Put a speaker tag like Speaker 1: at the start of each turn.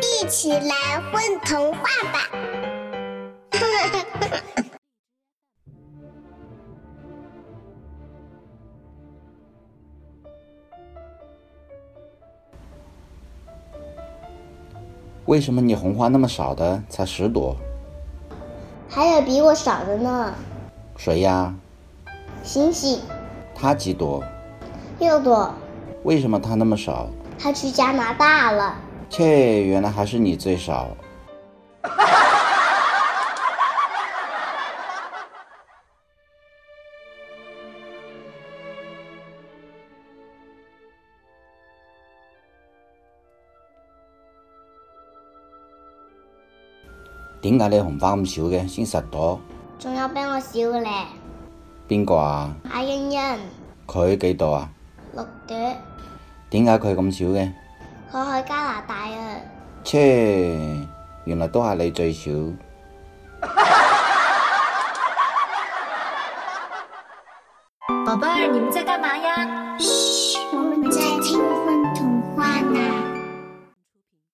Speaker 1: 一起来混童话吧！
Speaker 2: 为什么你红花那么少的，才十朵？
Speaker 1: 还有比我少的呢，
Speaker 2: 谁呀？
Speaker 1: 醒醒，
Speaker 2: 他几朵？
Speaker 1: 六朵，
Speaker 2: 为什么他那么少？
Speaker 1: 他去加拿大了。
Speaker 2: 切，原来还是你最少。點解你紅花咁少嘅？先十朵。
Speaker 1: 仲有比我少嘅咧，
Speaker 2: 邊個啊？
Speaker 1: 阿欣欣
Speaker 2: 佢幾朵啊？
Speaker 1: 六朵，
Speaker 2: 點解佢咁少嘅？
Speaker 1: 佢去加拿大啊！
Speaker 2: 切，原來都係你最少。
Speaker 3: 宝贝儿，你们在干嘛呀？嘘。